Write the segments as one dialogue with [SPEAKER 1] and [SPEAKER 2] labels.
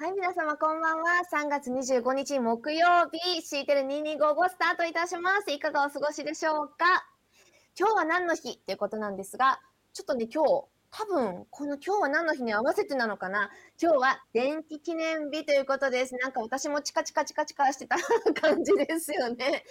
[SPEAKER 1] はい、皆様こんばんは。3月25日木曜日、シーテル2255スタートいたします。いかがお過ごしでしょうか今日は何の日っていうことなんですが、ちょっとね、今日、多分、この今日は何の日に合わせてなのかな今日は電気記念日ということです。なんか私もチカチカチカチカしてた 感じですよね。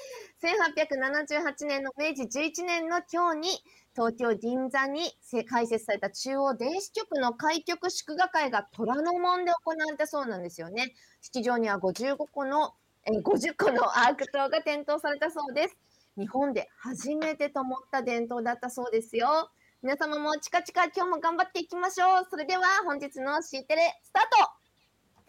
[SPEAKER 1] 1878年の明治11年の今日に、東京銀座に開設された中央電子局の開局祝賀会が虎ノ門で行われたそうなんですよね。式場には55個の、えー50個のアーク灯が点灯されたそうです。日本で初めてと思った伝統だったそうですよ。皆様もチカチカ今日も頑張っていきましょう。それでは本日の C テレスタート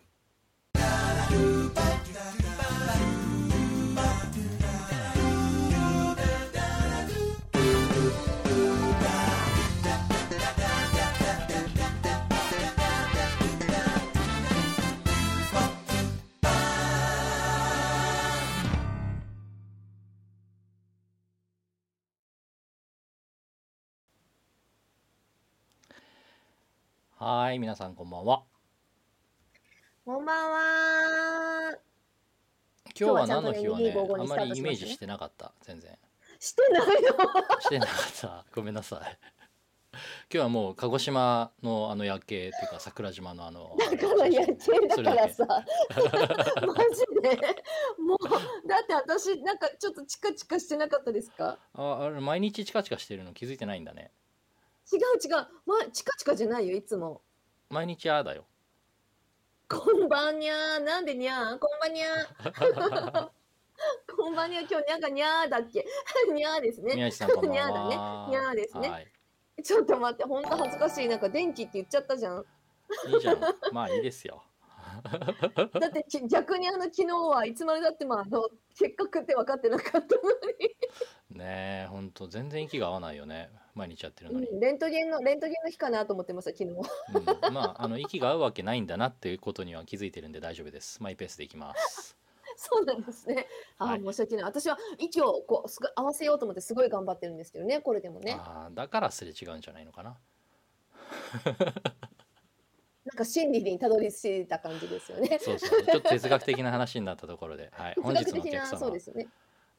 [SPEAKER 2] はい、皆さんこんばんは。
[SPEAKER 1] こんばんは。
[SPEAKER 2] 今日は何の日は
[SPEAKER 1] 今
[SPEAKER 2] ね、
[SPEAKER 1] 日はちゃんとね
[SPEAKER 2] あんまりイメー
[SPEAKER 1] 25
[SPEAKER 2] ジ
[SPEAKER 1] にス
[SPEAKER 2] してなかった、全然。
[SPEAKER 1] してないの
[SPEAKER 2] してなかった、ごめんなさい。 今日はもう鹿児島のあの夜景っていうか桜島の あの。
[SPEAKER 1] だから夜景だから
[SPEAKER 2] それ
[SPEAKER 1] さ マジでもうだって私なんかちょっとチカチカしてなかったですか
[SPEAKER 2] あ、あれ毎日チカチカしてるの気づいてないんだね。
[SPEAKER 1] 違う違う、ま、チカチカじゃないよいつも
[SPEAKER 2] 毎日ああだよ。
[SPEAKER 1] こんばんにゃーなんでにゃーこんばんにゃー こんばんにゃー今日なんかにゃーだっけ にゃーですね
[SPEAKER 2] 宮地さんこんば ん
[SPEAKER 1] にゃー
[SPEAKER 2] は。
[SPEAKER 1] だねにゃーですね
[SPEAKER 2] はい。
[SPEAKER 1] ちょっと待ってほんと恥ずかしいなんか電気って言っちゃったじゃん
[SPEAKER 2] いいじゃん。 まあいいですよ。
[SPEAKER 1] だってき逆にあの昨日はいつまでだってもあの結核って分かってなかったのに
[SPEAKER 2] ねえ、本当全然息が合わないよね。毎日やってるのに。
[SPEAKER 1] うんレントゲンのレントゲンの日かなと思ってました昨日
[SPEAKER 2] うん、まああの息が合うわけないんだなっていうことには気づいてるんで大丈夫です。マイペースでいきます。
[SPEAKER 1] そうなんですね。あー、
[SPEAKER 2] はい
[SPEAKER 1] 申し訳ない。私は息をこうすごい合わせようと思ってすごい頑張ってるんですけどね。これでもね。
[SPEAKER 2] ああだからすれ違うんじゃないのかな。
[SPEAKER 1] なんか心理にたどり着いた感じですよね。
[SPEAKER 2] そうそうそう。ちょっと哲学的な話になったとこ ろで、はい。本日
[SPEAKER 1] 哲
[SPEAKER 2] の
[SPEAKER 1] 学
[SPEAKER 2] お
[SPEAKER 1] 的
[SPEAKER 2] 客
[SPEAKER 1] なそう
[SPEAKER 2] 様
[SPEAKER 1] で、すよね。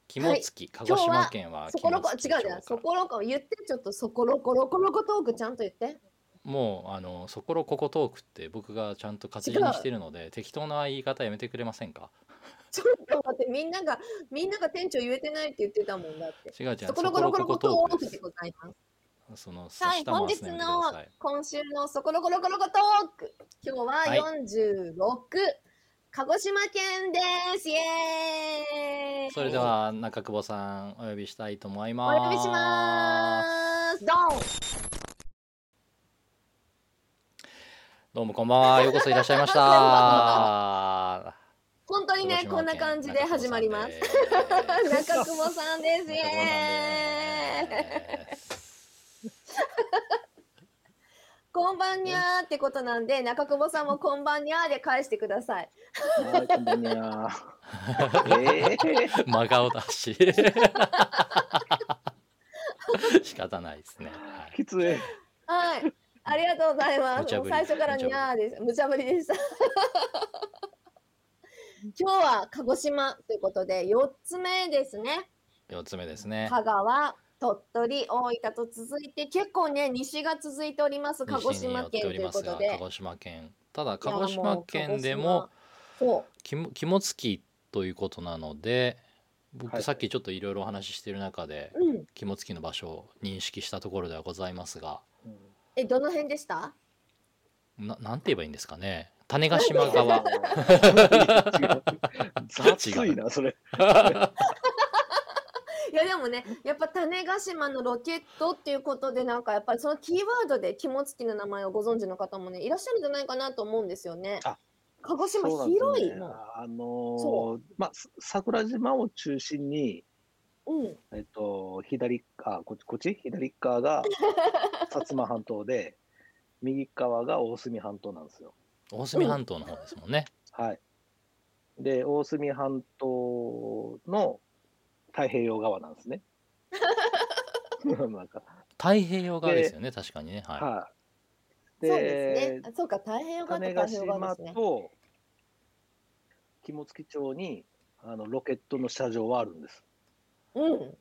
[SPEAKER 2] 肝付き、鹿児島県は
[SPEAKER 1] そころこ違
[SPEAKER 2] 肝
[SPEAKER 1] う
[SPEAKER 2] 付
[SPEAKER 1] じゃん。
[SPEAKER 2] 町か
[SPEAKER 1] そころこ言ってちょっとそころころころこトークちゃんと言って。
[SPEAKER 2] もうあのそころここトークって僕がちゃんと活字にしてるので適当な言い方やめてくれませんか。
[SPEAKER 1] ちょっと待ってみんながみんなが店長言えてないって言ってたもんだって。
[SPEAKER 2] 違うじゃ
[SPEAKER 1] そ
[SPEAKER 2] ん。
[SPEAKER 1] こ
[SPEAKER 2] そ
[SPEAKER 1] ろ
[SPEAKER 2] こ
[SPEAKER 1] こ
[SPEAKER 2] ろ
[SPEAKER 1] ろ
[SPEAKER 2] こ
[SPEAKER 1] こ
[SPEAKER 2] こ
[SPEAKER 1] ろ
[SPEAKER 2] ト
[SPEAKER 1] ト
[SPEAKER 2] ー
[SPEAKER 1] ーク
[SPEAKER 2] クで。
[SPEAKER 1] ですございます。
[SPEAKER 2] その下
[SPEAKER 1] はい、本日
[SPEAKER 2] 回すのやめてくだ
[SPEAKER 1] の
[SPEAKER 2] さい。
[SPEAKER 1] 今週のそころころころこトーク。今日は
[SPEAKER 2] はい
[SPEAKER 1] 四十六、鹿児島県です。イエーイ。
[SPEAKER 2] それでは中久保さんお呼びしたいと思い
[SPEAKER 1] お
[SPEAKER 2] ます。
[SPEAKER 1] 呼びします。ドン。
[SPEAKER 2] どうもこんばんは。ようこそいらっしゃいま
[SPEAKER 1] こ
[SPEAKER 2] し
[SPEAKER 1] ん
[SPEAKER 2] た。
[SPEAKER 1] 本当にねこんな感じで始まります。 中久保さんです。イエーイ。こんばんにゃーってことなんで中久保さんもこんばんにゃーで返してください。
[SPEAKER 3] はい、こんばんは。ええ
[SPEAKER 2] 真顔だし。仕方ないですね。はい
[SPEAKER 3] きつい。
[SPEAKER 1] はい。ありがとうございま
[SPEAKER 2] 無
[SPEAKER 1] す。
[SPEAKER 2] 茶
[SPEAKER 1] も
[SPEAKER 2] ぶ
[SPEAKER 1] う
[SPEAKER 2] り
[SPEAKER 1] 最初からにゃーです。無茶ぶりで した。今日は鹿児島ということで4つ目ですね。
[SPEAKER 2] 四つ目ですね。
[SPEAKER 1] 香川、鳥取、大分と続いて結構ね西が続いております鹿児
[SPEAKER 2] 西に寄
[SPEAKER 1] 島
[SPEAKER 2] って
[SPEAKER 1] 県と
[SPEAKER 2] おり
[SPEAKER 1] いう
[SPEAKER 2] ま
[SPEAKER 1] こ
[SPEAKER 2] す
[SPEAKER 1] と
[SPEAKER 2] が、
[SPEAKER 1] で
[SPEAKER 2] 鹿。児島県。ただ鹿児島県で
[SPEAKER 1] いや
[SPEAKER 2] も
[SPEAKER 1] そう
[SPEAKER 2] 肝肝付きということなので、
[SPEAKER 3] は
[SPEAKER 2] 僕
[SPEAKER 3] い
[SPEAKER 2] さっきちょっといろいろお話ししてる中で
[SPEAKER 1] うん。
[SPEAKER 2] 肝付きの場所を認識したところではございますが、
[SPEAKER 1] えどの辺でした？
[SPEAKER 2] ななんて言えばいいんですかね。種子島 側。
[SPEAKER 3] 雑いな、それ。
[SPEAKER 1] いやでもねやっぱ種子島のロケットっていうことでなんかやっぱりそのキーワードで肝付きの名前をご存知の方もねいらっしゃるんじゃないかなと思うんですよね
[SPEAKER 3] あ。
[SPEAKER 1] 鹿児島
[SPEAKER 3] そうなんです
[SPEAKER 1] 広い
[SPEAKER 3] ね
[SPEAKER 1] の。
[SPEAKER 3] あの
[SPEAKER 1] そ
[SPEAKER 3] ー、まあ、す桜島を中心に、
[SPEAKER 1] うん。
[SPEAKER 3] えっと、左側、こっち、こっち左 側が薩摩半島で、右側が大隅半島なんですよ。
[SPEAKER 2] 大隅半島の方ですもんね。
[SPEAKER 3] はい。で、大隅半島の太平洋側な んですね。 なんか、
[SPEAKER 2] 太平洋側ですよね。確かにね。はい。
[SPEAKER 3] はい。
[SPEAKER 1] そうですね。あそうか太平洋側と
[SPEAKER 3] 種
[SPEAKER 1] 太
[SPEAKER 3] 子
[SPEAKER 1] 平洋側で
[SPEAKER 3] 島
[SPEAKER 1] すね。
[SPEAKER 3] と肝付町にあのロケットの射場はあるんです。
[SPEAKER 1] うん。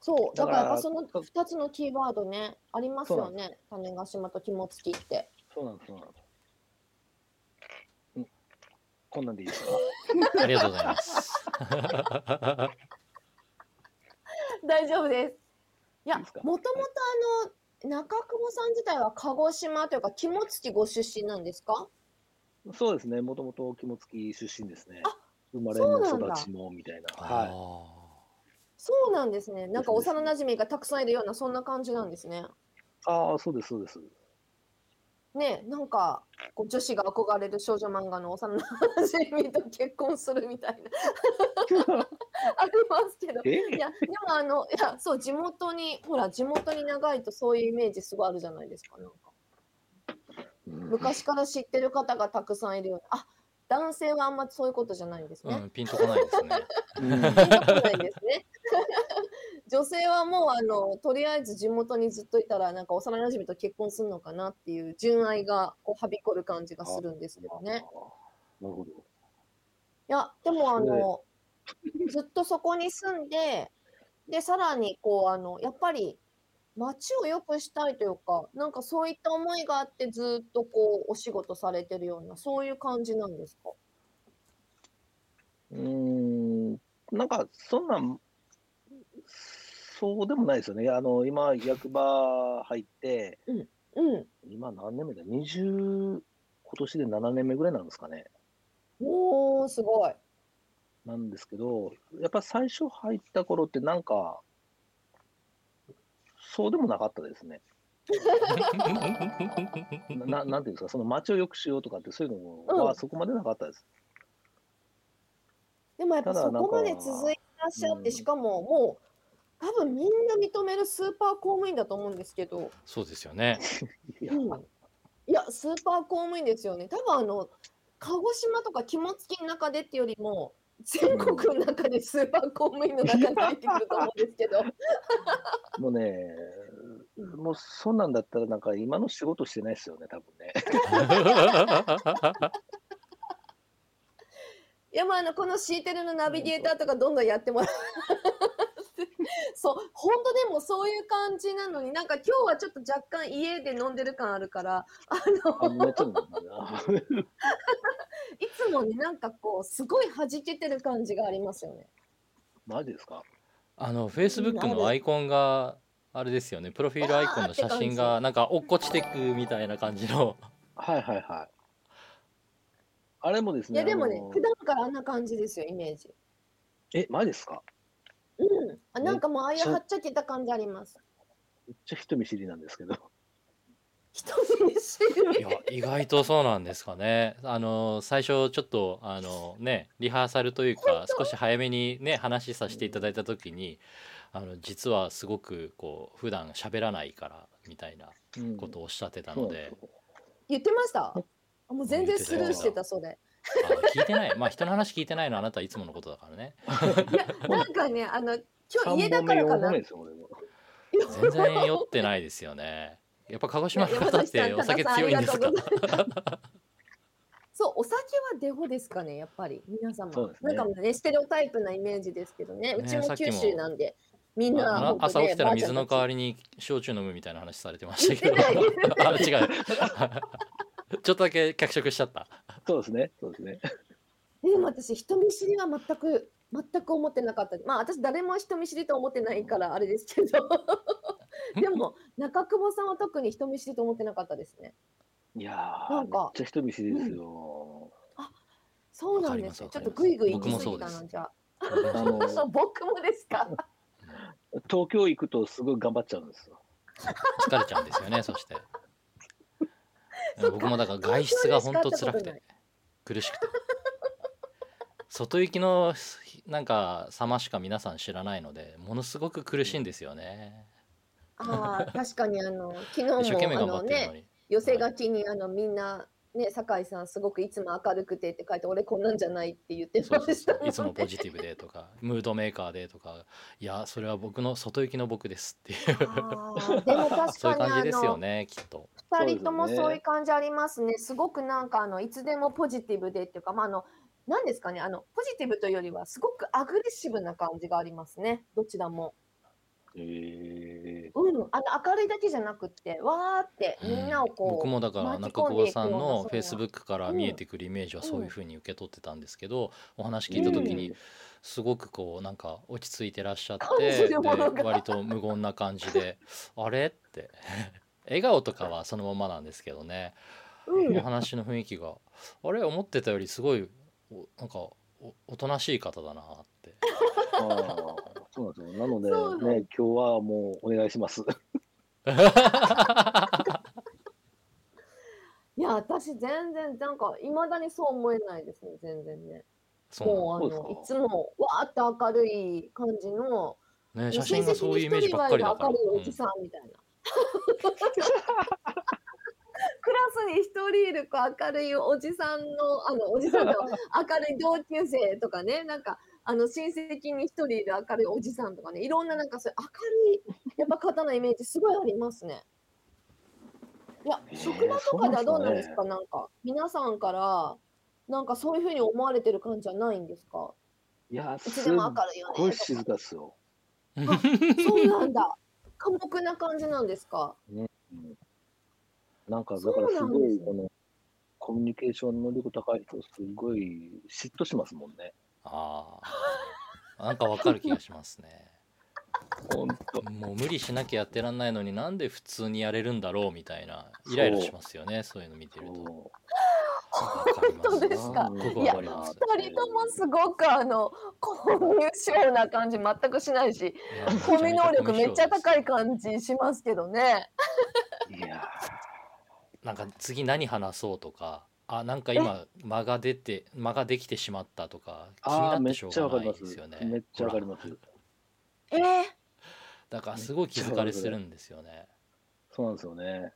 [SPEAKER 1] そう、だからやっぱその
[SPEAKER 3] だから
[SPEAKER 1] 2つのキーワードね、ありますよね、種子島と肝付きって。
[SPEAKER 3] そうなんです、そうなんです。うんこんなんでい いですか
[SPEAKER 2] ありがとうございます。
[SPEAKER 1] 大丈夫です。いや、
[SPEAKER 3] いい
[SPEAKER 1] も
[SPEAKER 3] ですか
[SPEAKER 1] ともとあの、中久保さん自体は鹿児島というか、肝付きご出身なんですか
[SPEAKER 3] そうですね、もともと肝付き出身ですね
[SPEAKER 1] あ。
[SPEAKER 3] 生まれも
[SPEAKER 1] そうなんだ
[SPEAKER 3] 育ちもみたいな。は
[SPEAKER 1] そうなんですね。なんか幼馴染がたくさんいるような、そんな感じなんですね。
[SPEAKER 3] い。ああ、そうです、そうです。
[SPEAKER 1] ねえなんかこう女子が憧れる少女漫画の幼馴染と結婚するみ たいなありますけど
[SPEAKER 3] え
[SPEAKER 1] いやでもあのいやそう地元にほら地元に長いとそういうイメージすごいあるじゃないですかなんか昔から知ってる方がたくさんいるようなあ男性はあんまそういうことじゃないんです
[SPEAKER 2] う
[SPEAKER 1] ね。
[SPEAKER 2] ん、ピンとこないですね。
[SPEAKER 3] うん
[SPEAKER 1] そんなことないですね 女性はもうあのとりあえず地元にずっといたらなんか幼馴染と結婚するのかなっていう純愛がこうはびこる感じがするんですけどね。
[SPEAKER 3] なるほど。
[SPEAKER 1] いや、でもあ
[SPEAKER 3] すごい
[SPEAKER 1] の、ずっとそこに住んで、で、さらにこう、あの、やっぱり街を良くしたいというか、なんかそういった思いがあってずっとこう、お仕事されてるような、そういう感じなんですか
[SPEAKER 3] うーん、なんか、そんなん、そうでもないですよね。あの、今、役場入って、
[SPEAKER 1] うん。
[SPEAKER 3] 今何年目だ ?20、今年で7年目ぐらいなんですかね。
[SPEAKER 1] おー、すごい。
[SPEAKER 3] なんですけど、やっぱ最初入った頃ってなんか、そうでもなかったですね。ななんていうんですか、その街を良くしようとかってそういうの
[SPEAKER 1] う
[SPEAKER 3] は
[SPEAKER 1] ん
[SPEAKER 3] そこまでなかったです。
[SPEAKER 1] でもやっぱ
[SPEAKER 3] ただ
[SPEAKER 1] そ
[SPEAKER 3] なんか
[SPEAKER 1] こまで続いてらっしゃって、
[SPEAKER 3] うん
[SPEAKER 1] しかももう、多分みんな認めるスーパー公務員だと思うんですけど、
[SPEAKER 2] そうですよね。
[SPEAKER 3] いや
[SPEAKER 1] うんいや、スーパー公務員ですよね。多分あの、鹿児島とか肝付きの中でってよりも、全国の中でスーパー公務員の中に入ってくると思うんですけど。
[SPEAKER 3] もうね、もうそんなんだったらなんか今の仕事してないですよね、多分ね。
[SPEAKER 1] いや、まあ、あの、このシーテルのナビゲーターとかどんどんやってもらう。そう、本当でもそういう感じなのに、なんか今日はちょっと若干家で飲んでる感あるから、あの、
[SPEAKER 3] あのちょっとなんか ね
[SPEAKER 1] いつもね、なんかこう、すごい弾けてる感じがありますよね。
[SPEAKER 3] マジですか
[SPEAKER 2] あの、Facebook のアイコンが、あれですよね、プロフィールアイコンの写真が、なんか落っこちてくみたいな感じの。
[SPEAKER 3] はいはいはい。あれもです
[SPEAKER 1] い
[SPEAKER 3] ね、
[SPEAKER 1] や、でもね
[SPEAKER 3] あの、
[SPEAKER 1] 普段からあんな感じですよ、イメージ。
[SPEAKER 3] え、マジですか
[SPEAKER 1] うん、あなんかもうああい
[SPEAKER 3] そうう
[SPEAKER 1] はっちゃけた感じあります。
[SPEAKER 3] めっちゃ人見知りなんですけど。
[SPEAKER 1] 人見知
[SPEAKER 2] い
[SPEAKER 1] り。
[SPEAKER 2] や、意外とそうなんですかね。あの、最初ちょっと、あのね、リハーサルというか、少し早めにね、話させていただいた時に、あの、実はすごく、こう、普段喋らないから、みたいな
[SPEAKER 3] うん
[SPEAKER 2] ことをおっしゃってた
[SPEAKER 3] そう
[SPEAKER 2] の
[SPEAKER 3] なん
[SPEAKER 2] で
[SPEAKER 3] で、
[SPEAKER 2] す
[SPEAKER 3] よ
[SPEAKER 1] 言ってました。あもう全然
[SPEAKER 2] 言って
[SPEAKER 1] ス
[SPEAKER 2] た
[SPEAKER 1] ルーしてたそれ。
[SPEAKER 2] あ聞いてない。まあ、人の話聞いてないのはあなたはいつものことだからね。
[SPEAKER 1] いやなんかねあの今
[SPEAKER 3] 三
[SPEAKER 1] 日家だからか
[SPEAKER 3] 本
[SPEAKER 1] な。
[SPEAKER 3] 目
[SPEAKER 1] い
[SPEAKER 3] ですよ、俺も。
[SPEAKER 1] や
[SPEAKER 2] 全然酔ってないですよね。やっぱ鹿児島の方ってお酒強いんですか
[SPEAKER 1] いや山崎さん多田さんありがとうございますそうお酒はデホですかねやっぱり皆様。
[SPEAKER 3] そうです
[SPEAKER 1] な
[SPEAKER 3] ね
[SPEAKER 1] んかねステレオタイプなイメージですけどね。うちも
[SPEAKER 2] さっき
[SPEAKER 1] 九
[SPEAKER 2] も
[SPEAKER 1] 州なんでみん
[SPEAKER 2] あ
[SPEAKER 1] な
[SPEAKER 2] の朝起きたら水の代わ
[SPEAKER 1] り。
[SPEAKER 2] りに焼酎飲むみたいな話されてましたけど
[SPEAKER 1] 言ってない
[SPEAKER 2] あ違う ちょっとだけ脚色しちゃった
[SPEAKER 3] そうですね、そうですね。
[SPEAKER 1] えでも私人見知りは全く全く思ってなかったまあ私誰も人見知りと思ってないからあれですけど でも中久保さんは特に人見知りと思ってなかったですね
[SPEAKER 3] いや
[SPEAKER 1] な
[SPEAKER 3] ー、
[SPEAKER 1] ん
[SPEAKER 3] め
[SPEAKER 1] か
[SPEAKER 3] っちゃ人見知りですよ。
[SPEAKER 1] そうなんですね
[SPEAKER 2] わ
[SPEAKER 1] ち
[SPEAKER 2] か
[SPEAKER 1] ょっと
[SPEAKER 2] ります
[SPEAKER 1] グイグイ行
[SPEAKER 2] 僕
[SPEAKER 1] き
[SPEAKER 2] も
[SPEAKER 1] 過
[SPEAKER 2] そ
[SPEAKER 1] ぎ
[SPEAKER 2] う
[SPEAKER 1] た
[SPEAKER 2] です
[SPEAKER 1] なじゃあ
[SPEAKER 3] あの
[SPEAKER 1] あ僕もです か
[SPEAKER 3] 東京行くとすごい頑張っちゃうんですよ。
[SPEAKER 2] 疲れちゃうんですよねそして
[SPEAKER 1] そっか
[SPEAKER 2] 僕もだから外出が本当辛く
[SPEAKER 1] 東京でしか会ったことな
[SPEAKER 2] て苦しくて外行きのなんか様しか皆さん知らないのでものすごく苦しいんですよね
[SPEAKER 1] ああ確かにあの昨
[SPEAKER 2] 一生
[SPEAKER 1] 日
[SPEAKER 2] 懸命
[SPEAKER 1] もあ
[SPEAKER 2] 頑張
[SPEAKER 1] の
[SPEAKER 2] ってるの
[SPEAKER 1] ね
[SPEAKER 2] に、
[SPEAKER 1] 寄せ書きにあのみんなね酒井さんすごくいつも明るくてって書いて俺こんなんじゃないって言って
[SPEAKER 2] そ
[SPEAKER 1] ま
[SPEAKER 2] うそう
[SPEAKER 1] し
[SPEAKER 2] そ
[SPEAKER 1] た
[SPEAKER 2] ういつ
[SPEAKER 1] も
[SPEAKER 2] も
[SPEAKER 1] んね
[SPEAKER 2] ポジティブでとかムードメーカーでとかいやそれは僕の外行きの僕ですっていう
[SPEAKER 1] あーでも確
[SPEAKER 2] そう
[SPEAKER 1] か
[SPEAKER 2] いう
[SPEAKER 1] に
[SPEAKER 2] 感じ
[SPEAKER 1] あ
[SPEAKER 2] です
[SPEAKER 1] の
[SPEAKER 2] よねきっと
[SPEAKER 1] 二人とも
[SPEAKER 3] そうですよね
[SPEAKER 1] そういう感じありますね。すごくなんかあのいつでもポジティブでっていうか、まああの何ですかねあのポジティブというよりはすごくアグレッシブな感じがありますねどちらも、
[SPEAKER 3] え
[SPEAKER 1] うん、あの明るいだけじゃなくってわーってみんなをこう、
[SPEAKER 2] 僕もだから
[SPEAKER 1] 巻き
[SPEAKER 2] 中
[SPEAKER 1] 込んでいく
[SPEAKER 2] 久保
[SPEAKER 1] よ
[SPEAKER 2] さん
[SPEAKER 1] うな
[SPEAKER 2] の
[SPEAKER 1] そ
[SPEAKER 2] フェイス
[SPEAKER 1] ん
[SPEAKER 2] ブ
[SPEAKER 1] な
[SPEAKER 2] ックから見えてくるイメージはそういうふうに受け取ってたんですけど、お話聞いた時にすごくこうなんか落ち着いてらっしゃっ
[SPEAKER 1] 感
[SPEAKER 2] て
[SPEAKER 1] じ
[SPEAKER 2] で
[SPEAKER 1] るものが
[SPEAKER 2] 割と無言な感じであれって笑顔とかはそのままなんですけどね
[SPEAKER 1] うん
[SPEAKER 2] お話の雰囲気があれ思ってたよりすごいおなんかおおとなしい方だなって。
[SPEAKER 3] あーそうなんですよ。なので
[SPEAKER 1] そうなん
[SPEAKER 3] ね、今日はもうお願いします。
[SPEAKER 1] いや私全然なんかいまだにそう思えないですね全然ね
[SPEAKER 2] そう
[SPEAKER 1] もうあの
[SPEAKER 3] そう
[SPEAKER 1] い
[SPEAKER 3] です
[SPEAKER 1] つもわーって明るい感じの
[SPEAKER 2] なんね
[SPEAKER 1] も
[SPEAKER 2] 写
[SPEAKER 1] う
[SPEAKER 2] 真がそういうイメージばっかりだか
[SPEAKER 1] 親戚に一人
[SPEAKER 2] ら。
[SPEAKER 1] はいる明るいお
[SPEAKER 2] うん
[SPEAKER 1] じさんみたいな。 クラスに一人いるこう明るいおじさんのあのおじさんの明るい同級生とか ねなんかあの親戚に一人いる明るいおじさんとかねいろんななんかそういう明るいやっぱ方のイメージすごいありますね。いや
[SPEAKER 3] えー
[SPEAKER 1] 職場とかではどうなんですか
[SPEAKER 3] そ
[SPEAKER 1] なんか皆さんからなんかそういうふうに思われてる感じはないんですか
[SPEAKER 3] いや、
[SPEAKER 1] い
[SPEAKER 3] す
[SPEAKER 1] つ
[SPEAKER 3] っ
[SPEAKER 1] でも明るいよね
[SPEAKER 3] ごい静かですよ。
[SPEAKER 1] そうなんだ。寡黙な感じなんですか。
[SPEAKER 3] なんか、
[SPEAKER 1] そ
[SPEAKER 3] だ
[SPEAKER 1] う
[SPEAKER 3] からす
[SPEAKER 1] なん
[SPEAKER 3] ご
[SPEAKER 1] で
[SPEAKER 3] い、
[SPEAKER 1] すね
[SPEAKER 3] この、コミュニケーション能力高い人、すごい嫉妬しますもんね。
[SPEAKER 2] ああ。なんかわかる気がしますね。
[SPEAKER 3] 本当。
[SPEAKER 2] もう無理しなきゃやってらんないのになんで普通にやれるんだろうみたいなイライラしますよねそういうの見てるとわ
[SPEAKER 3] そ
[SPEAKER 2] かります
[SPEAKER 1] 本当ですか
[SPEAKER 2] すごく
[SPEAKER 1] いや
[SPEAKER 2] わかります
[SPEAKER 1] 二人ともすごくあのコミュ障な感じ全くしないし、
[SPEAKER 2] いやめちゃ
[SPEAKER 1] コ
[SPEAKER 2] めち
[SPEAKER 1] ミュ
[SPEAKER 2] ゃ
[SPEAKER 1] 能力めっちゃ高い
[SPEAKER 2] コミュ障
[SPEAKER 1] 感じしますけどね。
[SPEAKER 3] ういや
[SPEAKER 2] ですなんか次何話そうとかあなんか今間が出て間ができてしまったとか気に
[SPEAKER 3] あ
[SPEAKER 2] な
[SPEAKER 3] あー、
[SPEAKER 2] って
[SPEAKER 3] めっ
[SPEAKER 2] しょ
[SPEAKER 3] ちゃ
[SPEAKER 2] う
[SPEAKER 3] わか
[SPEAKER 2] がな
[SPEAKER 3] り
[SPEAKER 2] い
[SPEAKER 3] ま
[SPEAKER 2] です
[SPEAKER 3] す
[SPEAKER 2] よね。
[SPEAKER 3] めっちゃわかり
[SPEAKER 2] ほ
[SPEAKER 3] ます。
[SPEAKER 1] えー、
[SPEAKER 2] らだからすごい気づかれするんですよね
[SPEAKER 3] そうなんですよね。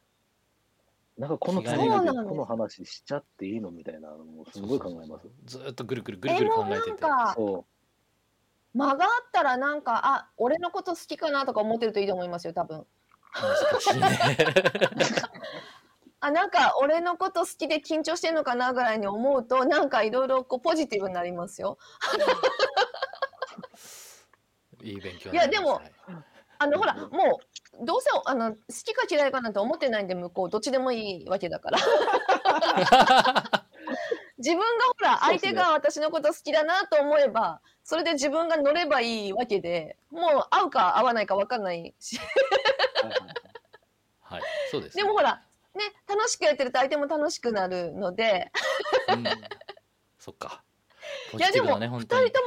[SPEAKER 3] なんかこの
[SPEAKER 2] 気
[SPEAKER 3] タ
[SPEAKER 2] が
[SPEAKER 3] イミング
[SPEAKER 1] そうな
[SPEAKER 3] で
[SPEAKER 1] んです
[SPEAKER 3] この話しちゃっていいのみたいなのもすごい考えます。
[SPEAKER 2] ずーっとぐるぐるぐるぐる考え
[SPEAKER 1] え
[SPEAKER 2] てて
[SPEAKER 1] もうなんか
[SPEAKER 3] そ
[SPEAKER 1] 間があったらなんかあ俺のこと好きかなとか思ってるといいと思いますよ多分。
[SPEAKER 2] 難しいね
[SPEAKER 1] あなんか俺のこと好きで緊張してんのかなぐらいに思うとなんかいろいろこうポジティブになりますよ。
[SPEAKER 2] いい勉強
[SPEAKER 1] いやでも
[SPEAKER 2] ね
[SPEAKER 1] あのほら
[SPEAKER 3] うん
[SPEAKER 1] もうどうせあの好きか嫌いかなんて思ってないんで向こうどっちでもいいわけだから自分がほら
[SPEAKER 3] そう
[SPEAKER 1] 相
[SPEAKER 3] っすね
[SPEAKER 1] 手が私のこと好きだなと思えばそれで自分が乗ればいいわけでもう合うか合わないか分かんないし、ね、
[SPEAKER 3] う。はいはい
[SPEAKER 2] はいそうです
[SPEAKER 1] でもほら楽しくやってると相手も楽しくなるので
[SPEAKER 2] うんそっかポ
[SPEAKER 1] い
[SPEAKER 2] ジ
[SPEAKER 1] やで
[SPEAKER 2] ティブだ
[SPEAKER 1] も
[SPEAKER 2] ね
[SPEAKER 1] 2
[SPEAKER 2] 本
[SPEAKER 1] 人と
[SPEAKER 2] 当
[SPEAKER 1] も2
[SPEAKER 2] に
[SPEAKER 1] 人と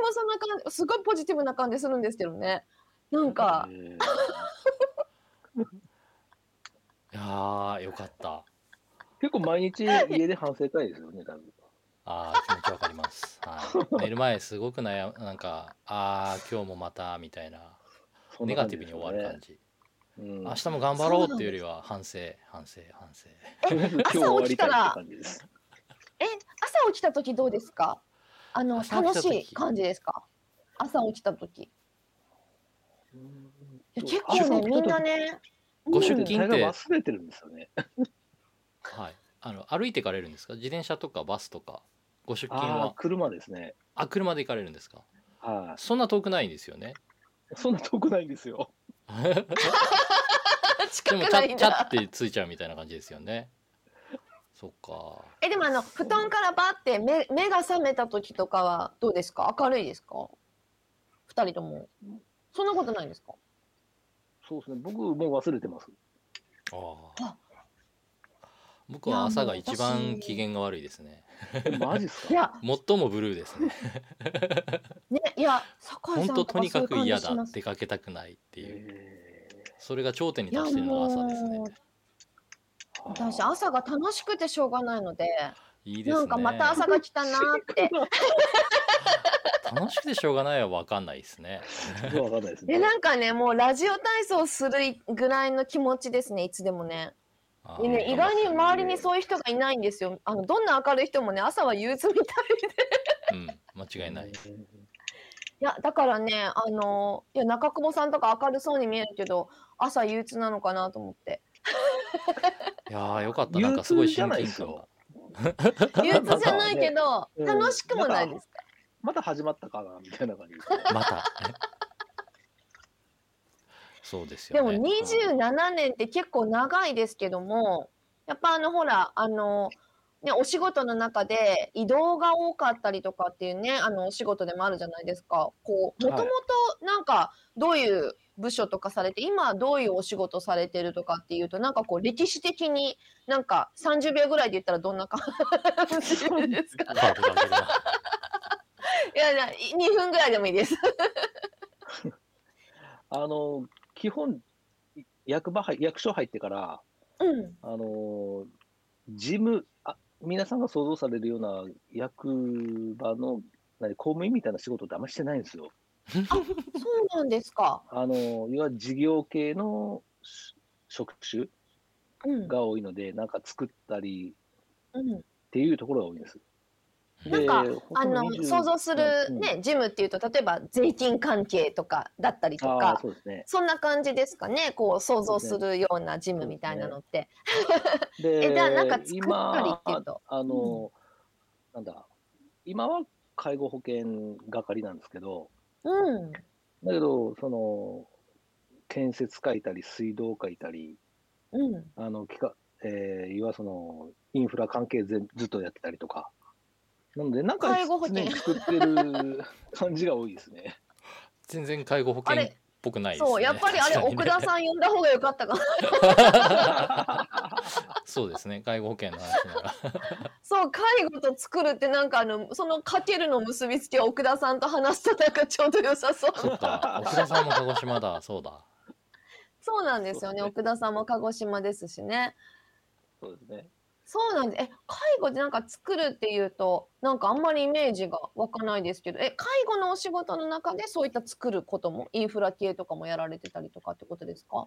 [SPEAKER 1] もそんな感じすごいポジティブな感じするんですけどねなんか
[SPEAKER 3] えー
[SPEAKER 2] いやーよかった
[SPEAKER 3] 結構毎日家で反省会ですよね、多分。
[SPEAKER 2] あー気持ちわかります、 はい、寝る前すごく悩むなんかあー今日もまたみたいな
[SPEAKER 3] そん
[SPEAKER 2] ネ
[SPEAKER 3] な
[SPEAKER 2] ガ
[SPEAKER 3] 感
[SPEAKER 2] テ
[SPEAKER 3] じ
[SPEAKER 2] ィブ
[SPEAKER 3] で
[SPEAKER 2] に終
[SPEAKER 3] すよ
[SPEAKER 2] わ
[SPEAKER 3] ね
[SPEAKER 2] る感じ、
[SPEAKER 3] うん
[SPEAKER 2] 明日も頑張ろうっていうよりは反省反省反省
[SPEAKER 3] とりあえず今日終わりたいって感じです。
[SPEAKER 1] え朝起きた時どうですかあの
[SPEAKER 2] 朝起き
[SPEAKER 1] 楽
[SPEAKER 2] た
[SPEAKER 1] し
[SPEAKER 2] 時
[SPEAKER 1] い感じですか朝起きた時いや結
[SPEAKER 3] 朝
[SPEAKER 1] 構
[SPEAKER 3] 起
[SPEAKER 1] ねみん
[SPEAKER 3] きた時
[SPEAKER 1] なね
[SPEAKER 2] ご出
[SPEAKER 1] うん
[SPEAKER 2] 勤って
[SPEAKER 3] 大概忘れてるんですよね。
[SPEAKER 2] はいあの歩いて行かれるんですか自転車とかバスとかご出勤
[SPEAKER 3] ああ
[SPEAKER 2] は、
[SPEAKER 3] 車ですね。
[SPEAKER 2] あ車で行かれるんですか
[SPEAKER 3] は
[SPEAKER 2] そんな遠くないんです よね
[SPEAKER 3] い。そんな遠くないんですよ。
[SPEAKER 2] で
[SPEAKER 1] 近
[SPEAKER 2] も
[SPEAKER 1] く
[SPEAKER 2] チ
[SPEAKER 1] な
[SPEAKER 2] ャ
[SPEAKER 1] い
[SPEAKER 2] ッ
[SPEAKER 1] ん
[SPEAKER 2] チャッ
[SPEAKER 1] だ
[SPEAKER 2] てついちゃうみたいな感じですよねそっか
[SPEAKER 1] えでもあの布団からバって目目が覚めた時とかはどうですか明るいですか二人ともそんなことないんですか
[SPEAKER 3] そうですね。僕もう忘れて ます。
[SPEAKER 2] あ
[SPEAKER 1] あ
[SPEAKER 2] 僕は朝が一
[SPEAKER 1] いやもう
[SPEAKER 2] 番
[SPEAKER 1] 私
[SPEAKER 2] 機嫌が悪いですね
[SPEAKER 3] えマジっすか
[SPEAKER 1] い。や
[SPEAKER 2] 最もブルーですね
[SPEAKER 1] ねいや酒井
[SPEAKER 2] 本
[SPEAKER 1] さんと
[SPEAKER 2] 当と
[SPEAKER 1] か
[SPEAKER 2] に
[SPEAKER 1] そうい
[SPEAKER 2] か
[SPEAKER 1] う
[SPEAKER 2] く
[SPEAKER 1] 感じ
[SPEAKER 2] 嫌
[SPEAKER 1] し
[SPEAKER 2] だ
[SPEAKER 1] ます
[SPEAKER 2] 出かけたくないっていう
[SPEAKER 3] え
[SPEAKER 2] それが頂点に
[SPEAKER 1] いや
[SPEAKER 2] 達してるのが朝ですね
[SPEAKER 1] もう
[SPEAKER 3] ー
[SPEAKER 1] 私朝が楽しくてしょうがないので
[SPEAKER 2] いいですね
[SPEAKER 1] なんかまた朝が来たなーって
[SPEAKER 2] 楽しくてしょうがないは分かんないですね
[SPEAKER 3] ちょっとわかんないです
[SPEAKER 1] で
[SPEAKER 3] ね。
[SPEAKER 1] なんかねもうラジオ体操するぐらいの気持ちですねいつでもね
[SPEAKER 2] あ
[SPEAKER 1] で
[SPEAKER 2] ー
[SPEAKER 1] ね意外に周りにそういう人がいないんですよあのどんな明るい人もね朝は憂鬱みたいで
[SPEAKER 2] うん間違いない
[SPEAKER 1] いやだからねあのいや中久保さんとか明るそうに見えるけど朝憂 鬱なのかなと思って
[SPEAKER 2] いやーよかったなんかすごい親
[SPEAKER 3] 憂鬱じゃない
[SPEAKER 2] 近
[SPEAKER 3] です
[SPEAKER 2] 感が
[SPEAKER 3] よ
[SPEAKER 1] 憂鬱じゃないけど、
[SPEAKER 3] うん
[SPEAKER 1] 楽しくもないですか。
[SPEAKER 3] また始まったかなみたいな感じですね。
[SPEAKER 2] また。 ねそうです
[SPEAKER 1] で
[SPEAKER 2] よ
[SPEAKER 1] も
[SPEAKER 2] ね。うん
[SPEAKER 1] 27年って結構長いですけども、やっぱあのほらあのねお仕事の中で移動が多かったりとかっていうねあのお仕事でもあるじゃないですか。こうもとも
[SPEAKER 3] はい
[SPEAKER 1] となんかどういう部署とかされて今どういうお仕事されてるとかっていうとなんかこう歴史的になんか30秒ぐらいで言ったらどんな感じですか
[SPEAKER 2] カードが出るない
[SPEAKER 1] やいや2分ぐらいでもいいです。
[SPEAKER 3] あの基本役場入役所入ってから
[SPEAKER 1] うん、
[SPEAKER 3] あの事務あ皆さんが想像されるような役場の何公務員みたいな仕事ってあんまりしてないんですよ。
[SPEAKER 1] そうなんですか。
[SPEAKER 3] あのいわゆる事業系のし職種
[SPEAKER 1] うん、
[SPEAKER 3] が多いので、なんか作ったり
[SPEAKER 1] うん
[SPEAKER 3] っていうところが多いんです。
[SPEAKER 1] なんか
[SPEAKER 3] で
[SPEAKER 1] あの
[SPEAKER 3] ほとんど20
[SPEAKER 1] 想像するね、ジムっていうと例えば税金関係とかだったり
[SPEAKER 3] うん
[SPEAKER 1] と
[SPEAKER 3] ああ
[SPEAKER 1] か
[SPEAKER 3] そうですね。
[SPEAKER 1] そんな感じですかねこう想像するようなジムみたいなのって、
[SPEAKER 3] で
[SPEAKER 1] えじゃあなんか作ったり
[SPEAKER 3] 今
[SPEAKER 1] っていうと
[SPEAKER 3] あの、なんだ今は介護保険係なんですけど
[SPEAKER 1] うん
[SPEAKER 3] だけどその建設書いたり水道書いたり
[SPEAKER 1] うん
[SPEAKER 3] あのきか、えー、いわゆるそのインフラ関係全ずっとやってたりとか。なので、なんか
[SPEAKER 1] 介護保
[SPEAKER 3] 常
[SPEAKER 1] 険
[SPEAKER 3] に作ってる感じが多いですね。
[SPEAKER 2] 全然介護保険っぽくないですね。
[SPEAKER 1] そうやっぱりあれ
[SPEAKER 2] 確かに
[SPEAKER 1] 奥
[SPEAKER 2] ね
[SPEAKER 1] 田さん呼んだ方が良かったかな
[SPEAKER 2] そうですね。介護保険の話なら。
[SPEAKER 1] そう介護と作るってなんかあのそのかけるの結びつきを奥田さんと話したなんかちょうど良さそう
[SPEAKER 2] そっか。奥田さんも鹿児島だ。そうだ。
[SPEAKER 1] そうなんですよね
[SPEAKER 3] そうですね
[SPEAKER 1] 奥田さんも鹿児島ですしね
[SPEAKER 3] そうですね。
[SPEAKER 1] そうなんです。え、介護でなんか作るっていうと、なんかあんまりイメージが湧かないですけど、え、介護のお仕事の中でそういった作ることも、インフラ系とかもやられてたりとかってことですか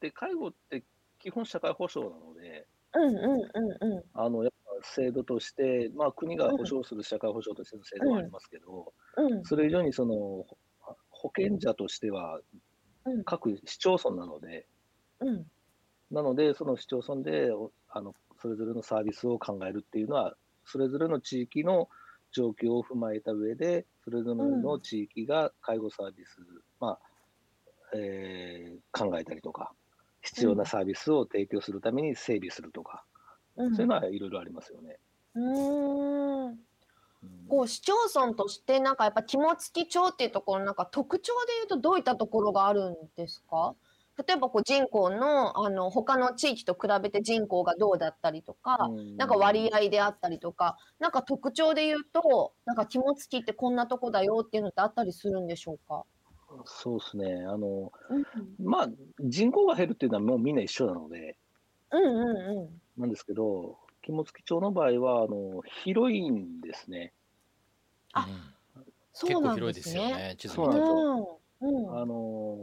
[SPEAKER 3] で、介護って基本社会保障なので、
[SPEAKER 1] うんうんうんうん。
[SPEAKER 3] あのやっぱ制度として、まあ、国が保障する社会保障としての制度はありますけど、
[SPEAKER 1] うん
[SPEAKER 3] それ以上にそのほ保険者としては
[SPEAKER 1] うん
[SPEAKER 3] 各市町村なので、
[SPEAKER 1] うん。
[SPEAKER 3] なので、その市町村でおあのそれぞれのサービスを考えるっていうのは、それぞれの地域の状況を踏まえた上で、それぞれの地域が介護サービス、まあえー考えたりとか、必要なサービスを提供するために整備するとか、
[SPEAKER 1] うん。
[SPEAKER 3] そういうのはいろいろありますよね。
[SPEAKER 1] うーん。
[SPEAKER 3] うん
[SPEAKER 1] こう市町村としてなんかやっぱ肝付町っていうところのなんか特徴で言うとどういったところがあるんですか例えばこう人口のあの他の地域と比べて人口がどうだったりとか、なんか割合であったりとか、なんか特徴で言うと、なんか肝付きってこんなとこだよっていうのってあったりするんでしょうか。
[SPEAKER 3] そうですね。あの、
[SPEAKER 1] うん、
[SPEAKER 3] まあ、人口が減るっていうのはもうみんな一緒なので、
[SPEAKER 1] うん、うん、うん。
[SPEAKER 3] なんですけど、肝付町の場合は、あの、広いんですね。
[SPEAKER 1] あ
[SPEAKER 2] うん
[SPEAKER 1] そ
[SPEAKER 2] 結
[SPEAKER 1] うな
[SPEAKER 2] 構
[SPEAKER 1] んで
[SPEAKER 2] 広いですすよ
[SPEAKER 1] ね。
[SPEAKER 2] ね。地図
[SPEAKER 3] そう
[SPEAKER 2] 見
[SPEAKER 1] う
[SPEAKER 2] て
[SPEAKER 3] なん
[SPEAKER 2] も
[SPEAKER 3] です
[SPEAKER 1] ん、
[SPEAKER 3] あ
[SPEAKER 1] うん、
[SPEAKER 3] の、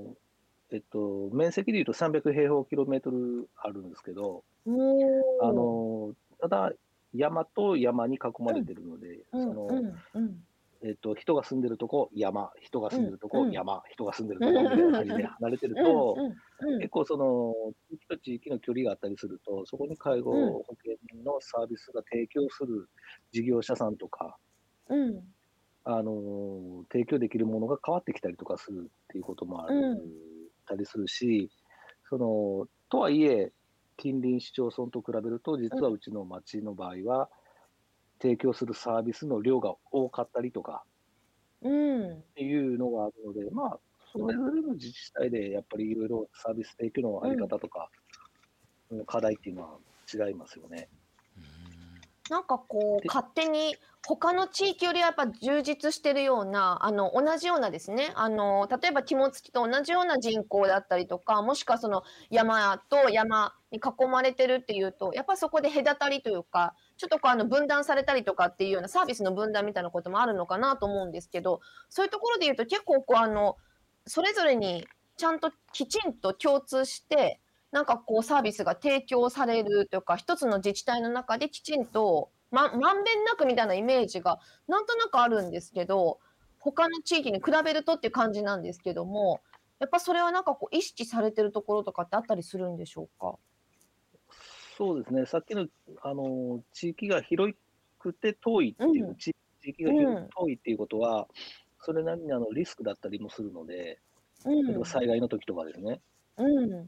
[SPEAKER 3] えっと、面積でいうと300平方キロメートルあるんですけど、
[SPEAKER 1] おー
[SPEAKER 3] あ、の、ただ、山と山に囲まれてるので、
[SPEAKER 1] うん、
[SPEAKER 3] そ
[SPEAKER 1] うん
[SPEAKER 3] の、、
[SPEAKER 1] うん。
[SPEAKER 3] えっと、人が住んでるとこ山、人が住んでると
[SPEAKER 1] うん
[SPEAKER 3] こ
[SPEAKER 1] うん
[SPEAKER 3] 山、人が住んでるとこみたいな感じで離れてる
[SPEAKER 1] うん、
[SPEAKER 3] と、
[SPEAKER 1] うん、
[SPEAKER 3] 結構その地域と地域の距離があったりすると、そこに介護
[SPEAKER 1] うん
[SPEAKER 3] 保険のサービスが提供する事業者さんとか、
[SPEAKER 1] うん、
[SPEAKER 3] あの提供できるものが変わってきたりとかするっていうこともある、
[SPEAKER 1] うん
[SPEAKER 3] たりするし、そのとはいえ、近隣市町村と比べると、実はうちの町の場合は、提供するサービスの量が多かったりとか
[SPEAKER 1] うん、うん。
[SPEAKER 3] っていうのがあるので、まあ、それぞれの自治体でやっぱりいろいろサービス提供のあり方とか、うん課題っていうのは違いますよね。
[SPEAKER 2] うん
[SPEAKER 1] なんかこう
[SPEAKER 3] で
[SPEAKER 1] 勝手に他の地域よりはやっぱ充実してるようなあの同じようなですねあの例えば肝付きと同じような人口だったりとかもしくはその山と山に囲まれてるっていうとやっぱそこで隔たりというかちょっとこうあの分断されたりとかっていうようなサービスの分断みたいなこともあるのかなと思うんですけどそういうところで言うと結構こうあのそれぞれにちゃんときちんと共通してなんかこうサービスが提供されるというか一つの自治体の中できちんとままんべんなくみたいなイメージがなんとなくあるんですけど他の地域に比べるとっていう感じなんですけどもやっぱそれはなんかこう意識されてるところとかってあったりするんでしょうか
[SPEAKER 3] そうですね、さっきのあの地域が広くて遠いっていう、
[SPEAKER 1] うん
[SPEAKER 3] 地地域が広くて遠いっていうことは、それなりにあのリスクだったりもするので、例えば災害の時とかですね、
[SPEAKER 1] うん。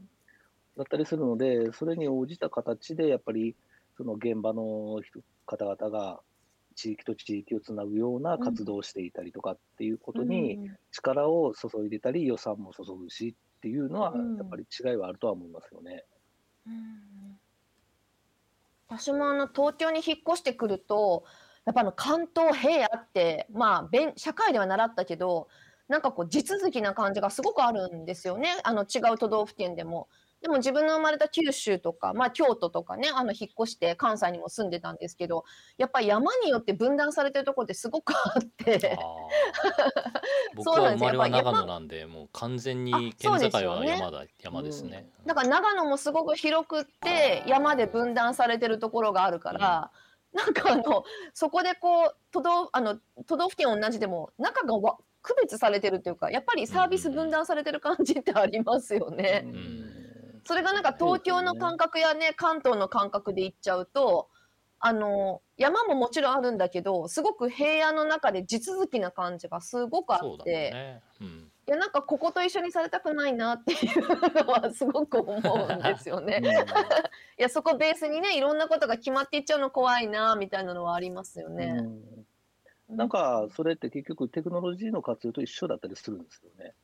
[SPEAKER 3] だったりするので、それに応じた形で、やっぱりその現場の人方々が、地域と地域をつなぐような活動をしていたりとかっていうことに
[SPEAKER 1] うん
[SPEAKER 3] 力を注いでたり予算も注ぐしっていうのは
[SPEAKER 1] うん
[SPEAKER 3] やっぱり違いはあるとは思いますよね。
[SPEAKER 1] うん私もあの東京に引っ越してくるとやっぱあの関東平野ってまあ勉社会では習ったけどなんかこう地続きな感じがすごくあるんですよねあの違う都道府県でも。でも自分の生まれた九州とか、まあ、京都とかねあの引っ越して関西にも住んでたんですけどやっぱり山によって分断されてるところってすごくあ って
[SPEAKER 2] あー僕
[SPEAKER 1] そうな
[SPEAKER 2] は
[SPEAKER 1] ん
[SPEAKER 2] 生
[SPEAKER 1] ですよ
[SPEAKER 2] まれは長野
[SPEAKER 1] やっ
[SPEAKER 2] なんでもう完全に
[SPEAKER 1] あ
[SPEAKER 2] 県境
[SPEAKER 1] そうですよ
[SPEAKER 2] は
[SPEAKER 1] ね
[SPEAKER 2] 山だ、山ですね、
[SPEAKER 1] だから長野もすごく広くって山で分断されてるところがあるから、なんかあのそこでこう都道あの都道府県同じでも中がわ区別されてるというかやっぱりサービス分断されてる感じってありますよね。
[SPEAKER 3] うん
[SPEAKER 1] それがなんか東京の感覚やね関東の感覚で行っちゃうとあの山ももちろんあるんだけどすごく平野の中で地続きな感じがすごくあ
[SPEAKER 2] そう
[SPEAKER 1] っ
[SPEAKER 2] だ
[SPEAKER 1] て、
[SPEAKER 2] ね、うん、
[SPEAKER 1] いやなんかここと一緒にされたくないなっていうのはすごく思うんですよね。いやそこベースにねいろんなことが決まっていっちゃうの怖いなみたいなのはありますよ
[SPEAKER 3] う
[SPEAKER 1] ね。
[SPEAKER 3] んなんかそれって結局テクノロジーの活用と一緒だったりするんですよね。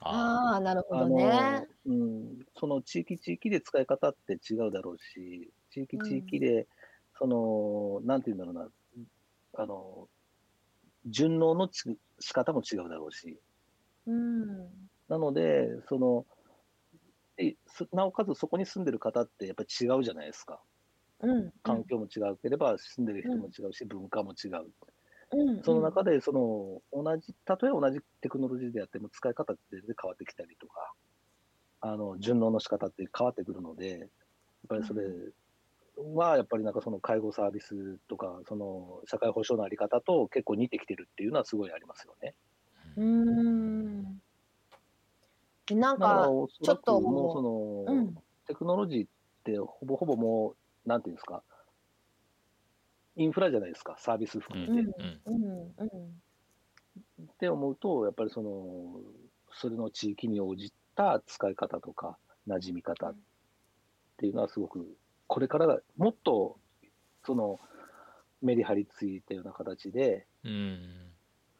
[SPEAKER 2] あ
[SPEAKER 1] ああなるほ
[SPEAKER 3] あ
[SPEAKER 1] どね
[SPEAKER 3] の。うん、その地域地域で使い方って違うだろうし地域地域で、そのなんていうんだろうなあの順応のち仕方も違うだろうし
[SPEAKER 1] うん。
[SPEAKER 3] なのでそのえそなおかつそこに住んでる方ってやっぱり違うじゃないですか
[SPEAKER 1] うん。
[SPEAKER 3] 環境も違うければ住んでる人も違うし、文化も違う
[SPEAKER 1] うん。
[SPEAKER 3] その中でその同じ、たとえ同じテクノロジーであっても使い方って全然変わってきたりとか、あの順応の仕方って変わってくるので、やっぱりそれはやっぱりなんかその介護サービスとか、その社会保障のあり方と結構似てきてるっていうのはすごいありますよね。
[SPEAKER 1] うん。うん。でなん
[SPEAKER 3] だから
[SPEAKER 1] か
[SPEAKER 3] おそら
[SPEAKER 1] ちょっと
[SPEAKER 3] くもうその、
[SPEAKER 1] うん
[SPEAKER 3] テクノロジーってほぼほぼもう、なんていうんですか、インフラじゃないですか、サービス含めて。
[SPEAKER 2] うん
[SPEAKER 1] うんうん
[SPEAKER 3] って思うと、やっぱりその、それの地域に応じた使い方とか、馴染み方っていうのはすごく、これからもっと、その、メリハリついたような形で、
[SPEAKER 2] うん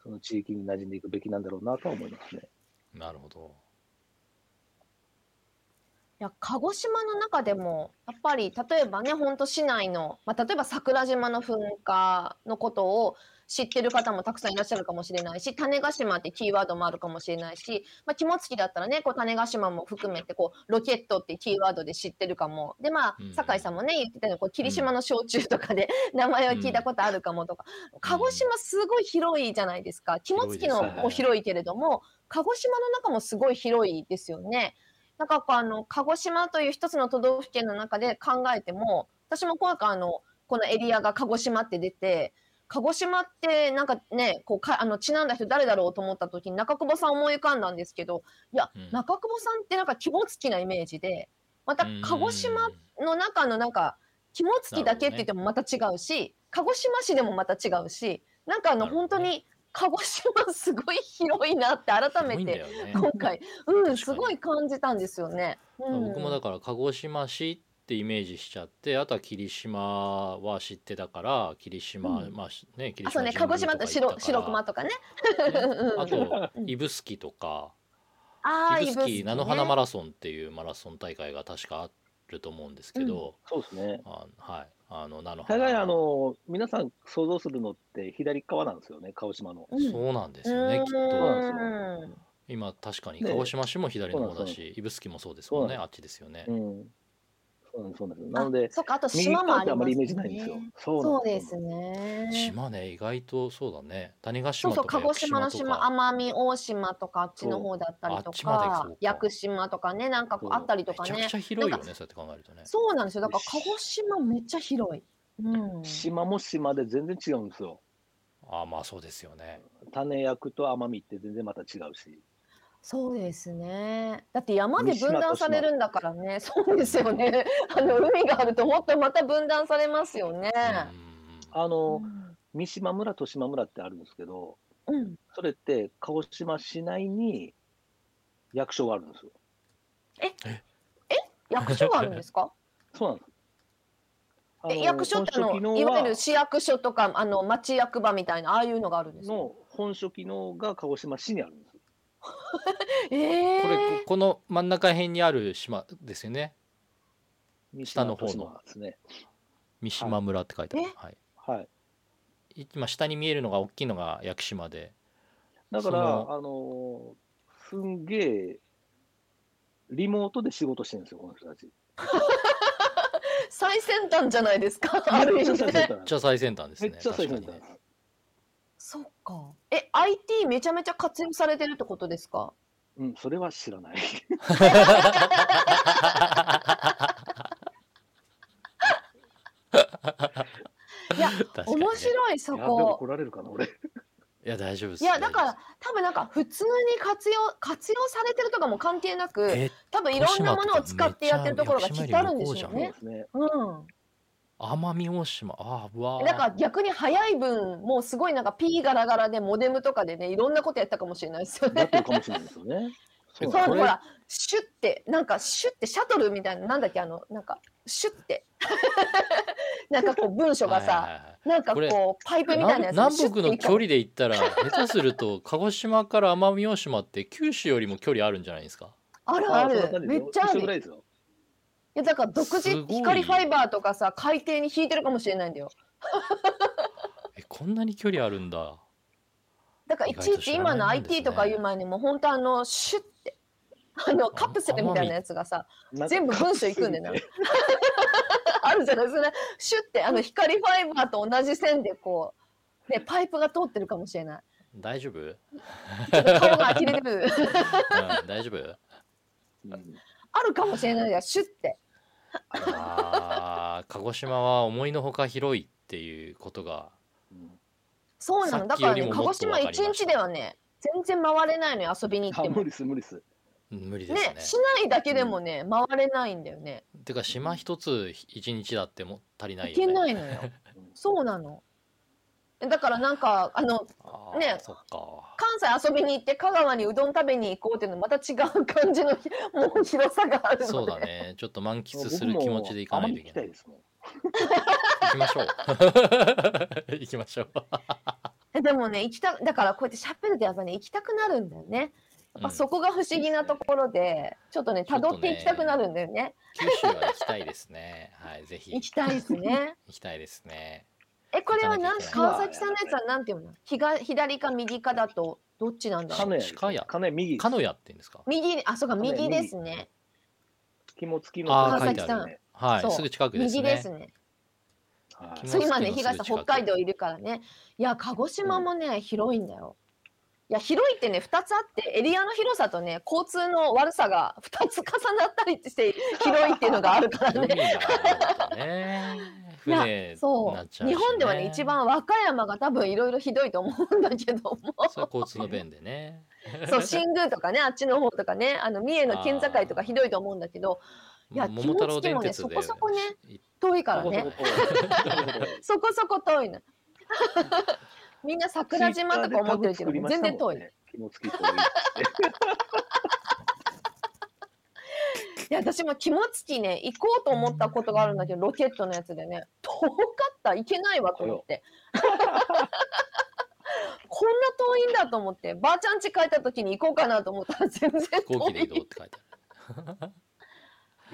[SPEAKER 3] その地域に馴染んでいくべきなんだろうなとは思いますね。
[SPEAKER 2] なるほど
[SPEAKER 1] いや鹿児島の中でもやっぱり例えばね本当市内の、まあ、例えば桜島の噴火のことを知ってる方もたくさんいらっしゃるかもしれないし種子島ってキーワードもあるかもしれないし、まあ、肝付きだったらねこう種子島も含めてこうロケットってキーワードで知ってるかもでまあ
[SPEAKER 2] うん
[SPEAKER 1] 酒井さんもね言ってたようにこう霧島の焼酎とかで 名前は聞いたことあるかもとか、鹿児島すごい広いじゃないですか肝付きのも広いけれども、鹿児島の中もすごい広いですよね。なんかこうあの鹿児島という一つの都道府県の中で考えても私も今回あのこのエリアが鹿児島って出て鹿児島ってなんかねこうかあのちなんだ人誰だろうと思った時に中久保さん思い浮かんだんですけどいや、
[SPEAKER 2] うん
[SPEAKER 1] 中久保さんってなんか肝付きなイメージでまた鹿児島
[SPEAKER 2] うん
[SPEAKER 1] の中のなんか肝付きだけって言ってもまた違うし鹿児島市でもまた違うしなんかあの、
[SPEAKER 2] なるほ
[SPEAKER 1] 本
[SPEAKER 2] ど
[SPEAKER 1] 当
[SPEAKER 2] ね
[SPEAKER 1] に鹿児島すごい広いなって改めて
[SPEAKER 2] すごいんだよね
[SPEAKER 1] 今回、
[SPEAKER 2] か
[SPEAKER 1] うん、
[SPEAKER 2] に
[SPEAKER 1] すごい感じたんですよね。うん、
[SPEAKER 2] 僕もだから鹿児島市ってイメージしちゃってあとは霧島は知ってたから霧島、
[SPEAKER 1] うん
[SPEAKER 2] まあしね霧
[SPEAKER 1] あそう
[SPEAKER 2] 島
[SPEAKER 1] ね、鹿児島と白白熊
[SPEAKER 2] 熊
[SPEAKER 1] とかね。
[SPEAKER 2] あと
[SPEAKER 1] うん
[SPEAKER 2] 指宿とか
[SPEAKER 1] ああ、
[SPEAKER 2] 指
[SPEAKER 1] 指宿ね
[SPEAKER 2] 宿菜の花マラソンっていうマラソン大会が確かあると思うんですけど、
[SPEAKER 3] そうですね。
[SPEAKER 2] あはいあの菜の
[SPEAKER 3] 大
[SPEAKER 2] 花
[SPEAKER 3] 概あの、皆さん想像するのって左側なんですよね、鹿児島の。
[SPEAKER 1] うん
[SPEAKER 2] そうなんですよね、
[SPEAKER 1] う
[SPEAKER 2] きっ
[SPEAKER 3] な
[SPEAKER 2] と
[SPEAKER 3] んですよ
[SPEAKER 1] ん
[SPEAKER 2] 今確かに
[SPEAKER 3] ね
[SPEAKER 2] 鹿児島市も左の方だ
[SPEAKER 3] そう
[SPEAKER 2] し指宿もそうですもんね
[SPEAKER 3] そう
[SPEAKER 2] あっちですよね、
[SPEAKER 3] うん。そうなんです、そうなんです。なので
[SPEAKER 1] あ、そっか、あと
[SPEAKER 3] 右
[SPEAKER 1] 島もあ
[SPEAKER 3] 側って
[SPEAKER 1] り
[SPEAKER 3] あま
[SPEAKER 1] ま
[SPEAKER 3] りイ
[SPEAKER 1] す
[SPEAKER 3] メージないんですよ
[SPEAKER 1] ね。。
[SPEAKER 3] そ
[SPEAKER 1] そうう
[SPEAKER 3] なん
[SPEAKER 1] ですね。
[SPEAKER 2] 島ね意外とそうだね種子
[SPEAKER 1] そうそ
[SPEAKER 2] 島と
[SPEAKER 1] う、
[SPEAKER 2] か
[SPEAKER 1] 鹿
[SPEAKER 2] 屋
[SPEAKER 1] 児
[SPEAKER 2] 久
[SPEAKER 1] 島の
[SPEAKER 2] 島と
[SPEAKER 1] 島、
[SPEAKER 2] か
[SPEAKER 1] 奄美大島とか、あっちの方だったりと
[SPEAKER 2] そうあっちまで
[SPEAKER 1] か
[SPEAKER 2] そうか、
[SPEAKER 1] 屋久島とかね、なんかこう
[SPEAKER 3] そう
[SPEAKER 1] あったりとか
[SPEAKER 2] めちゃ
[SPEAKER 1] ね
[SPEAKER 2] くち。ゃ広いよ
[SPEAKER 1] なん
[SPEAKER 2] ね
[SPEAKER 1] か
[SPEAKER 2] そうやって考えるとね
[SPEAKER 1] そうなんですよ。だから鹿児島めっちゃ広い。うん。
[SPEAKER 3] 島も島で全然違うんですよ。
[SPEAKER 2] あまあそうですよね
[SPEAKER 3] 種役と奄美って全然また違うし、
[SPEAKER 1] そうですね。だって山で
[SPEAKER 3] 三島
[SPEAKER 1] 分断されるんだからね。 そうですよね。あの海があるともっとまた分断されますよね。
[SPEAKER 3] あ
[SPEAKER 1] う
[SPEAKER 3] の
[SPEAKER 1] ん。
[SPEAKER 3] 三島村と島村ってあるんですけど、
[SPEAKER 1] うん
[SPEAKER 3] それって鹿児島市内に役所があるんですよ。
[SPEAKER 1] 役所があるんです か？
[SPEAKER 3] そうなんです。あの
[SPEAKER 1] え役所ってあ
[SPEAKER 3] 本
[SPEAKER 1] の
[SPEAKER 3] 所機
[SPEAKER 1] い
[SPEAKER 3] 能は
[SPEAKER 1] わゆる市役所とかあの町役場みたいなああいうのがあるんですか。
[SPEAKER 3] の本所機能が鹿児島市にあるんです。
[SPEAKER 1] ええ
[SPEAKER 2] これこの真ん中辺にある島ですよね
[SPEAKER 3] 三
[SPEAKER 2] 下
[SPEAKER 3] 島
[SPEAKER 2] の方の
[SPEAKER 3] と島ですね。
[SPEAKER 2] 三島村って書いてある、
[SPEAKER 1] え
[SPEAKER 2] はい
[SPEAKER 3] はい。
[SPEAKER 2] 今下に見えるのが大きいのが屋久島で
[SPEAKER 3] だか
[SPEAKER 2] そ
[SPEAKER 3] ら、
[SPEAKER 2] の
[SPEAKER 3] あのーすんげえ、リモートで仕事してるんですよ、この人たち。
[SPEAKER 1] 最先端じゃないです か。 ある意
[SPEAKER 3] めっ
[SPEAKER 1] 味
[SPEAKER 3] ちゃ最先
[SPEAKER 1] ね
[SPEAKER 3] 端。なん
[SPEAKER 2] めっちゃ最先端で
[SPEAKER 3] で
[SPEAKER 2] すす
[SPEAKER 3] め
[SPEAKER 2] ね
[SPEAKER 3] っちゃ最先端
[SPEAKER 2] 確か
[SPEAKER 3] なん
[SPEAKER 2] に
[SPEAKER 3] で
[SPEAKER 2] ね
[SPEAKER 3] す。
[SPEAKER 1] そっか。え IT めちゃめちゃ活用されてるってことですか？
[SPEAKER 3] うん、それは知らない。
[SPEAKER 1] いや
[SPEAKER 2] 確かにね
[SPEAKER 1] 面白いそ
[SPEAKER 3] やべ、怒
[SPEAKER 1] こ。
[SPEAKER 3] られるかな、俺。
[SPEAKER 2] いや大丈夫です
[SPEAKER 1] いやだから
[SPEAKER 2] 大丈
[SPEAKER 1] 多分なんか普通に活用活用されてるとかも関係な
[SPEAKER 2] 夫
[SPEAKER 1] く
[SPEAKER 2] ですえ
[SPEAKER 1] 多分いろんなものを使ってやってるところがきっとあるんでしょう
[SPEAKER 3] そう
[SPEAKER 1] ね
[SPEAKER 3] で。すね。
[SPEAKER 1] うん。
[SPEAKER 2] 奄美大島ああうわー
[SPEAKER 1] だから逆に早い分もうすごいなんか P ガラガラでモデムとかでねいろんなことやったかもしれないですよ
[SPEAKER 3] なっ
[SPEAKER 1] ね。
[SPEAKER 3] てるかもしれないですよね。そう
[SPEAKER 1] そう
[SPEAKER 3] なん
[SPEAKER 1] ほ
[SPEAKER 3] です
[SPEAKER 1] らシュってなんかシュってシャトルみたいななんだっけあのなんかシュって なんかこう文章がさ、
[SPEAKER 2] はいはいはい
[SPEAKER 1] なんか
[SPEAKER 2] こ
[SPEAKER 1] こ
[SPEAKER 2] れ
[SPEAKER 1] うパイプみたいなやつ
[SPEAKER 2] 南南北の距
[SPEAKER 1] 離
[SPEAKER 2] 離で言ったら下手すると鹿児島から奄美大島って九州よりも距離あるんじゃないですか
[SPEAKER 1] あるあ
[SPEAKER 3] そんな
[SPEAKER 1] る
[SPEAKER 3] 感じ
[SPEAKER 1] めっちゃあ
[SPEAKER 3] 一
[SPEAKER 1] る
[SPEAKER 3] 緒ぐら
[SPEAKER 1] い
[SPEAKER 3] いですよ。
[SPEAKER 1] やだから独
[SPEAKER 2] す
[SPEAKER 1] 自
[SPEAKER 2] ごい
[SPEAKER 1] 光ファイバーとかさ海底に引いてるかもしれないんだよ
[SPEAKER 2] えこんなに距離あるんだ
[SPEAKER 1] だからいちいち今の
[SPEAKER 2] 意
[SPEAKER 1] IT
[SPEAKER 2] 外と知らないんですね
[SPEAKER 1] とかいう前にもう本当あのシュってあのカプセルみたいなやつがさ
[SPEAKER 3] なんか
[SPEAKER 1] 全部文章いくんでな
[SPEAKER 3] カプセル
[SPEAKER 1] あるじゃないですか、ね、シュってあの光ファイバーと同じ線でこう、ね、パイプが通ってるかもしれない
[SPEAKER 2] 大丈夫、うん、
[SPEAKER 1] ちょっと顔が呆れてる
[SPEAKER 2] 大丈夫
[SPEAKER 3] でうん
[SPEAKER 1] あるかもしれないじゃんシュって
[SPEAKER 2] あー鹿児島は思いのほか広いっていうことが
[SPEAKER 3] うん
[SPEAKER 1] そうなの
[SPEAKER 2] さ
[SPEAKER 1] だ
[SPEAKER 2] っき
[SPEAKER 1] から
[SPEAKER 2] より
[SPEAKER 1] ね
[SPEAKER 2] も
[SPEAKER 1] 鹿
[SPEAKER 2] も
[SPEAKER 1] 児
[SPEAKER 2] っと
[SPEAKER 1] 島
[SPEAKER 2] 分かりま
[SPEAKER 1] 一
[SPEAKER 2] した
[SPEAKER 1] 日ではね全然回れないのよ遊びに行っ
[SPEAKER 3] あ
[SPEAKER 1] て
[SPEAKER 3] 無
[SPEAKER 1] も
[SPEAKER 3] 理です、無理です。
[SPEAKER 2] うん無理で
[SPEAKER 1] ね
[SPEAKER 2] す
[SPEAKER 1] 市
[SPEAKER 2] ね
[SPEAKER 1] 内だけでもね、回れないんだよね
[SPEAKER 2] てか島一つ一日だっても足りない
[SPEAKER 1] 行
[SPEAKER 2] よ
[SPEAKER 1] け
[SPEAKER 2] ね
[SPEAKER 1] ないのよ
[SPEAKER 3] うん
[SPEAKER 1] そうなのだからなんかあの
[SPEAKER 2] あー
[SPEAKER 1] ね
[SPEAKER 2] そっか
[SPEAKER 1] 関西遊びに行って香川にうどん食べに行こうっていうのまた違う感じのもう広さがあるので
[SPEAKER 2] そうだねちょっと満喫する気持ちで行かないといけない
[SPEAKER 3] 僕も奄美行きたいで
[SPEAKER 2] 行き
[SPEAKER 3] すもん。
[SPEAKER 2] ましょう 行きましょう
[SPEAKER 1] えでもね行きただからこうやって喋るとやっぱね行きたくなるんだよね、やっ
[SPEAKER 2] うん
[SPEAKER 1] ぱそこが不思議なところでちょっとね
[SPEAKER 2] ちょっとね
[SPEAKER 1] 辿って行きたくなるんだよね
[SPEAKER 2] 九州は行きたいですね。はい、ぜひ
[SPEAKER 1] 行きたいです ね
[SPEAKER 2] 行きたいですね。
[SPEAKER 1] えこれはなん
[SPEAKER 2] 行か
[SPEAKER 1] 川
[SPEAKER 3] なきゃいけ
[SPEAKER 1] 崎さ
[SPEAKER 3] ない
[SPEAKER 1] んのやつはなんていうのひが左か右かだとどっちなんだ
[SPEAKER 3] 鹿
[SPEAKER 1] ろう
[SPEAKER 3] 屋ですね
[SPEAKER 2] 鹿屋
[SPEAKER 3] 鹿屋右です。
[SPEAKER 2] カノヤって言うんですか。
[SPEAKER 1] 右にあそうか
[SPEAKER 3] 屋
[SPEAKER 1] 右ですね
[SPEAKER 3] 肝付きの
[SPEAKER 2] あ
[SPEAKER 1] ー書いてあ
[SPEAKER 3] るね。
[SPEAKER 2] は
[SPEAKER 1] そう
[SPEAKER 2] い、すぐ近くですね。
[SPEAKER 1] 右ですね
[SPEAKER 3] はい
[SPEAKER 2] 肝
[SPEAKER 1] そう今ね
[SPEAKER 2] 肝付き
[SPEAKER 1] 東
[SPEAKER 2] の
[SPEAKER 1] さん
[SPEAKER 2] す
[SPEAKER 1] 北
[SPEAKER 2] ぐ近く
[SPEAKER 1] 海道いるからねいや鹿児島もね、広いんだよいや広いってね2つあってエリアの広さとね交通の悪さが2つ重なったり して広いっていうのがあるから
[SPEAKER 2] 海
[SPEAKER 1] ね
[SPEAKER 2] があるとね。
[SPEAKER 1] いや
[SPEAKER 2] 船
[SPEAKER 1] そ
[SPEAKER 2] になっちゃ
[SPEAKER 1] う
[SPEAKER 2] うし
[SPEAKER 1] 日本ではね一。番和歌山が多分いろいろひどいと思うんだけ ども
[SPEAKER 2] それは交通の便でね。
[SPEAKER 1] そう新宮とかねあっちの方とかねあの三重の県境とかひどいと思うんだけどいや
[SPEAKER 2] 桃太郎電鉄で。
[SPEAKER 1] 肝付きもねそこそこね遠いからね そこそこ遠いの みんな桜島とか思ってるけど全然遠い。
[SPEAKER 3] 肝付き遠いって。
[SPEAKER 1] いや私も肝付きね行こうと思ったことがあるんだけどロケットのやつでね遠かった行けないわと思 って。こんな遠いんだと思ってばあちゃん家帰った時に行こうかなと思ったら全然
[SPEAKER 2] 飛
[SPEAKER 1] 遠
[SPEAKER 2] 行機で移動っ
[SPEAKER 1] い
[SPEAKER 2] て書いてある。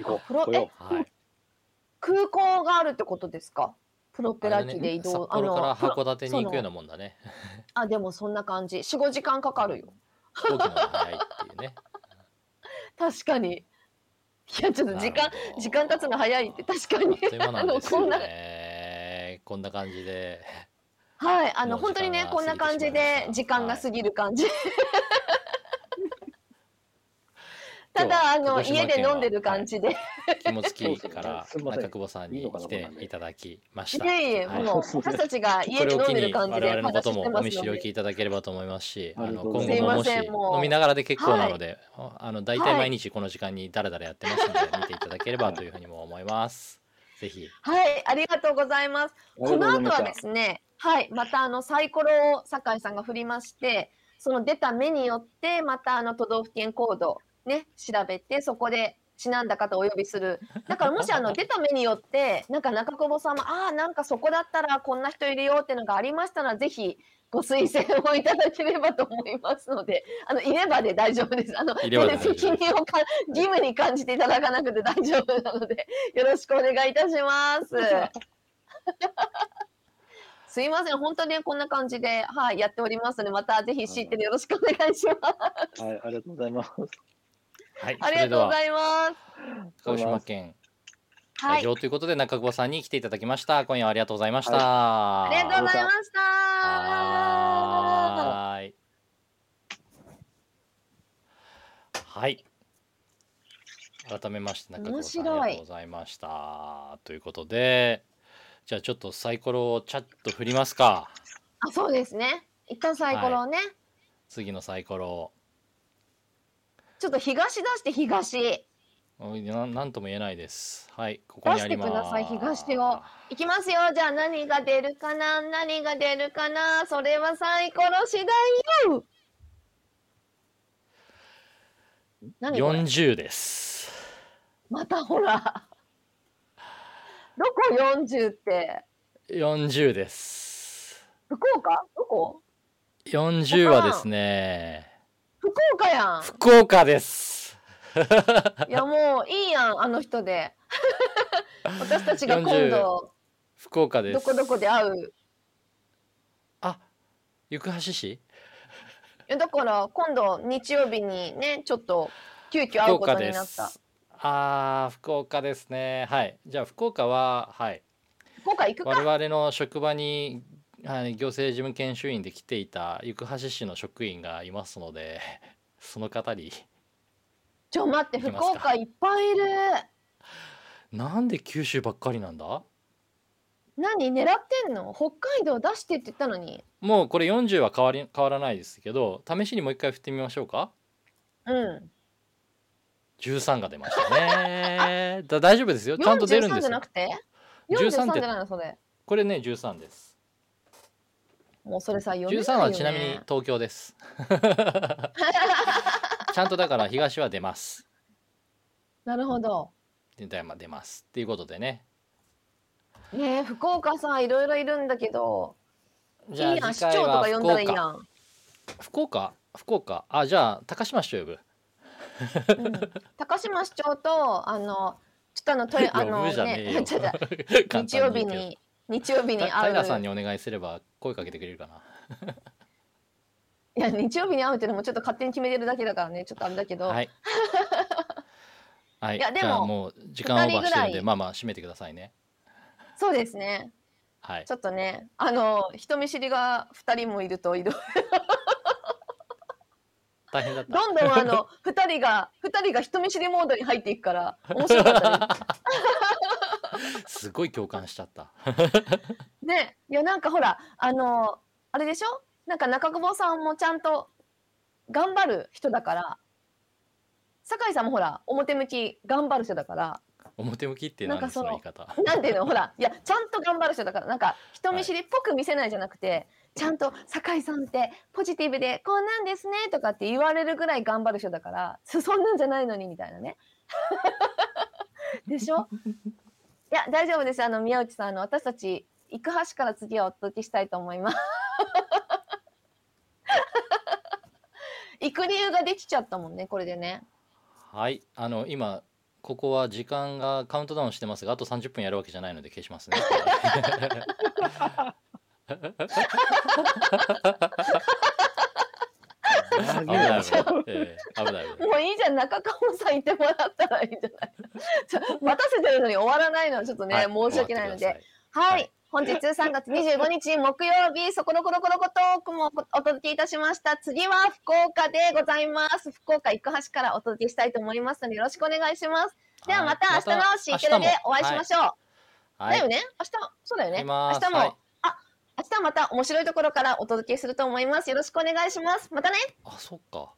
[SPEAKER 3] 行こう。
[SPEAKER 1] プロ
[SPEAKER 3] 来よ
[SPEAKER 2] はい。
[SPEAKER 1] 空港があるってことですかプロペ
[SPEAKER 2] あ
[SPEAKER 1] ラ
[SPEAKER 2] れだ
[SPEAKER 1] 機
[SPEAKER 2] ね
[SPEAKER 1] で移動
[SPEAKER 2] 札幌から
[SPEAKER 1] プロ
[SPEAKER 2] 函館に行くようなもんだね。
[SPEAKER 1] あでもそんな感じ45時間かかるよ
[SPEAKER 2] 飛行機の方が早いっていうね。
[SPEAKER 1] 確かにい やちょっと時間時間経つの早いって確か
[SPEAKER 2] あ
[SPEAKER 1] に
[SPEAKER 2] っという間なんです
[SPEAKER 1] あのこ
[SPEAKER 2] よ
[SPEAKER 1] んな
[SPEAKER 2] ね。こんな感じで。
[SPEAKER 1] はい、あの
[SPEAKER 2] もう
[SPEAKER 1] 本当にね
[SPEAKER 2] 時間が
[SPEAKER 1] こんな感じ
[SPEAKER 2] 過ぎてしまいま
[SPEAKER 1] で時間
[SPEAKER 2] した
[SPEAKER 1] が過ぎる感じ。ただあの
[SPEAKER 2] 今日は
[SPEAKER 1] 家で飲んでる
[SPEAKER 2] 鹿児島県は
[SPEAKER 1] 感じで、
[SPEAKER 2] 肝付
[SPEAKER 3] そう
[SPEAKER 2] き
[SPEAKER 3] そう
[SPEAKER 2] から
[SPEAKER 3] すいません
[SPEAKER 2] 中久保さん
[SPEAKER 3] いい
[SPEAKER 2] に
[SPEAKER 3] のかな
[SPEAKER 2] 来ていただきまし
[SPEAKER 1] い
[SPEAKER 2] た。
[SPEAKER 1] えいえ、
[SPEAKER 2] はい
[SPEAKER 1] もう
[SPEAKER 3] そうですね
[SPEAKER 1] 私たちが
[SPEAKER 2] こ
[SPEAKER 1] 家
[SPEAKER 2] れ
[SPEAKER 1] で
[SPEAKER 2] を
[SPEAKER 1] 飲
[SPEAKER 2] 機
[SPEAKER 1] んでる
[SPEAKER 2] に
[SPEAKER 1] 感じで
[SPEAKER 2] 我々のこと
[SPEAKER 1] お
[SPEAKER 2] もお
[SPEAKER 1] 話
[SPEAKER 2] 見
[SPEAKER 1] しして
[SPEAKER 2] 知り
[SPEAKER 1] ます
[SPEAKER 2] を
[SPEAKER 1] の
[SPEAKER 2] 聞
[SPEAKER 1] で
[SPEAKER 2] いただければと思いますし、
[SPEAKER 3] あ
[SPEAKER 2] あ
[SPEAKER 3] りが
[SPEAKER 2] の
[SPEAKER 3] とうご
[SPEAKER 2] 今
[SPEAKER 3] ざ
[SPEAKER 2] 後
[SPEAKER 3] い
[SPEAKER 2] も
[SPEAKER 1] ます
[SPEAKER 2] もし
[SPEAKER 1] すいませんもう
[SPEAKER 2] 飲みながらで結構なので、あの大体
[SPEAKER 1] はい
[SPEAKER 2] 毎日この時間にダラダラやってますので見ていただければというふうにも思います。ぜひ。
[SPEAKER 1] はい、ありがとうございます。
[SPEAKER 3] あ
[SPEAKER 1] こ
[SPEAKER 3] り
[SPEAKER 1] の
[SPEAKER 3] がとう
[SPEAKER 1] 後
[SPEAKER 3] ござ
[SPEAKER 1] はい
[SPEAKER 3] ま
[SPEAKER 1] で
[SPEAKER 3] した
[SPEAKER 1] すね、はい、またあのサイコロを酒井さんが振りまして、その出た目によってまたあの都道府県コードをね調べてそこでちなんだ方をお呼びする。だからもしあ の出た目によってなんか中久保さんもああなんかそこだったらこんな人いるよってのがありましたらぜひ。ご推薦をいただければと思いますので、あのいればで大丈夫です。あの
[SPEAKER 2] いればで大丈夫です
[SPEAKER 1] 責任をか義務に感じていただかなくて大丈夫なので、よろしくお願いいたします。すいません、本当にこんな感じで、はい、やっておりますので、またぜひ知ってよろしくお願いします。
[SPEAKER 3] はい、ありがとうございます。
[SPEAKER 2] はい。
[SPEAKER 1] あ りが
[SPEAKER 2] それで
[SPEAKER 1] とうご
[SPEAKER 2] は
[SPEAKER 1] ざいます。
[SPEAKER 2] 鹿児島県
[SPEAKER 1] は
[SPEAKER 2] 代
[SPEAKER 1] い、
[SPEAKER 2] 表ということで中久保さんに来ていただきました。今夜はありがとうございました。
[SPEAKER 1] ありがとうございました。
[SPEAKER 2] はーい。はい。改めまして中久保さんあ
[SPEAKER 1] 面白い
[SPEAKER 2] りがとうございました。ということで、じゃあちょっとサイコロをチャッと振りますか。
[SPEAKER 1] あ、そうですね。一旦サイコロをね、
[SPEAKER 2] 次のサイコロを。
[SPEAKER 1] ちょっと東出して東。
[SPEAKER 2] うんななんとも言えないです。はい、ここにあります。
[SPEAKER 1] 出してください東手をいきますよ。じゃあ何が出るかな何が出るかなそれはサイコロ次第よ何これ
[SPEAKER 2] 四十です。
[SPEAKER 1] またほら。どこ40って
[SPEAKER 2] 四十です。
[SPEAKER 1] 福岡どこ
[SPEAKER 2] 四十はですね、
[SPEAKER 1] 福岡や
[SPEAKER 2] 福岡です。
[SPEAKER 1] ん。いやもういいやん、あの人 で。私たちが今度、
[SPEAKER 2] 福岡で
[SPEAKER 1] ど
[SPEAKER 2] す。
[SPEAKER 1] こどこで会う。い
[SPEAKER 2] あ、行橋市
[SPEAKER 1] やだから今度日曜日にね、ちょっと急遽会
[SPEAKER 2] 福
[SPEAKER 1] うこと
[SPEAKER 2] 岡
[SPEAKER 1] に
[SPEAKER 2] で
[SPEAKER 1] なった。
[SPEAKER 2] す。あー、福岡ですね。はい。じゃあ福岡は、はい。
[SPEAKER 1] 福岡行く
[SPEAKER 2] 我
[SPEAKER 1] か。
[SPEAKER 2] 々の職場に、はい、行政事務研修員で来ていた行橋市の職員がいますので、 その方に、
[SPEAKER 1] ちょ待って、
[SPEAKER 2] 行き
[SPEAKER 1] 福
[SPEAKER 2] ますか
[SPEAKER 1] 岡いっぱいいる。
[SPEAKER 2] なんで九州ばっかりなんだ
[SPEAKER 1] 何狙ってんの北海道出してって言ったのに。
[SPEAKER 2] もうこれ40は変わり変わらないですけど、試しにもう一回振ってみましょうか。
[SPEAKER 1] うん。
[SPEAKER 2] 13が出まし たね。だ大丈夫ですよ。ちゃんと出るん
[SPEAKER 1] 43
[SPEAKER 2] で
[SPEAKER 1] じ
[SPEAKER 2] す
[SPEAKER 1] ゃな
[SPEAKER 2] よ
[SPEAKER 1] く。て
[SPEAKER 2] 13
[SPEAKER 1] ?43
[SPEAKER 2] って
[SPEAKER 1] じゃないのそれ。
[SPEAKER 2] これね、13です。
[SPEAKER 1] もうそれさ、読めない
[SPEAKER 2] 13
[SPEAKER 1] よ、ね。
[SPEAKER 2] はちなみに東京です。 ちゃんとだから東は出ます。
[SPEAKER 1] なるほど。
[SPEAKER 2] で富山出ます。っていうことでね。
[SPEAKER 1] ねえ福岡さんいろいろいるんだけどいい
[SPEAKER 2] じゃあ
[SPEAKER 1] やん
[SPEAKER 2] 次
[SPEAKER 1] 市
[SPEAKER 2] 回
[SPEAKER 1] 長とか
[SPEAKER 2] は
[SPEAKER 1] 呼ん
[SPEAKER 2] 福
[SPEAKER 1] だらいいや
[SPEAKER 2] 岡。
[SPEAKER 1] ん、
[SPEAKER 2] 福岡福岡あ、じゃあ高島市と呼ぶ。
[SPEAKER 1] うん、高島市長とあのちょっとあ のとりあ
[SPEAKER 2] 呼ぶ
[SPEAKER 1] の
[SPEAKER 2] じゃねえ
[SPEAKER 1] ね
[SPEAKER 2] よ。
[SPEAKER 1] ちょっと
[SPEAKER 2] 簡単
[SPEAKER 1] 日曜日
[SPEAKER 2] 言うけ
[SPEAKER 1] に日曜日
[SPEAKER 2] ど
[SPEAKER 1] に
[SPEAKER 2] た
[SPEAKER 1] 会う
[SPEAKER 2] 平さんにお願いすれば声かけてくれるかな。
[SPEAKER 1] いや日曜日に会うっていうのもちょっと勝手に決めてるだけだからねちょっとあれだけど、
[SPEAKER 2] はい。はい。
[SPEAKER 1] いやでも
[SPEAKER 2] じゃあもう時間オーバー
[SPEAKER 1] 二人ぐ
[SPEAKER 2] してるん
[SPEAKER 1] ら
[SPEAKER 2] で、
[SPEAKER 1] い
[SPEAKER 2] まあまあ締めてくださいね。
[SPEAKER 1] そうですね
[SPEAKER 2] はい
[SPEAKER 1] ち。ょっとねあの人見知りが2人もいるといる
[SPEAKER 2] 大変だった。
[SPEAKER 1] どんどんあの2人が2人が人見知りモードに入っていくから面白かったです。
[SPEAKER 2] すごい共感しちゃった。
[SPEAKER 1] ね、いやなんかほらあのあれでしょなんか中久保さんもちゃんと頑張る人だから酒井さんもほら表向き頑張る人だから
[SPEAKER 2] 表向きって何
[SPEAKER 1] なん
[SPEAKER 2] で
[SPEAKER 1] か
[SPEAKER 2] そ
[SPEAKER 1] そ
[SPEAKER 2] の
[SPEAKER 1] の
[SPEAKER 2] 言い方。
[SPEAKER 1] なんていうのほらいやちゃんと頑張る人だからなんか人見知りっぽく見せないじゃなくて、ちゃんと酒井さんってポジティブでこうなんですねとかって言われるぐらい頑張る人だからそそんなんじゃないのにみたいなね。 でしょいや大丈夫ですあの宮内さんあの私たち行く橋から次はお届けしたいと思います。行く理由ができちゃったもんねこれでね。
[SPEAKER 2] はい、あの今ここは時間がカウントダウンしてますが、あと30分やるわけじゃないので消します ね。危ない危ない、ええ危ない危ない
[SPEAKER 1] もういいじゃん、中川さんいてもらったらいいんじゃないちょ待たせてるのに終わらないのはちょっとね、
[SPEAKER 2] はい
[SPEAKER 1] 申し訳ないの
[SPEAKER 2] 終わっ
[SPEAKER 1] で
[SPEAKER 2] て。ください
[SPEAKER 1] はい、
[SPEAKER 2] はい
[SPEAKER 1] 本日3月25日木曜日、そころころころこトークもお届けいたしました。次は福岡でございます。福岡行く橋からお届けしたいと思いますので、よろしくお願いします。ではまた明日のシーテレでお会いしましょう。
[SPEAKER 2] は
[SPEAKER 1] だよ
[SPEAKER 2] い、
[SPEAKER 1] ね明日、そうだよね。
[SPEAKER 2] 行き
[SPEAKER 1] 明
[SPEAKER 2] ます
[SPEAKER 1] 日も、
[SPEAKER 2] はい
[SPEAKER 1] 明日また面白いところからお届けすると思います。よろしくお願いします。またね
[SPEAKER 2] あそっか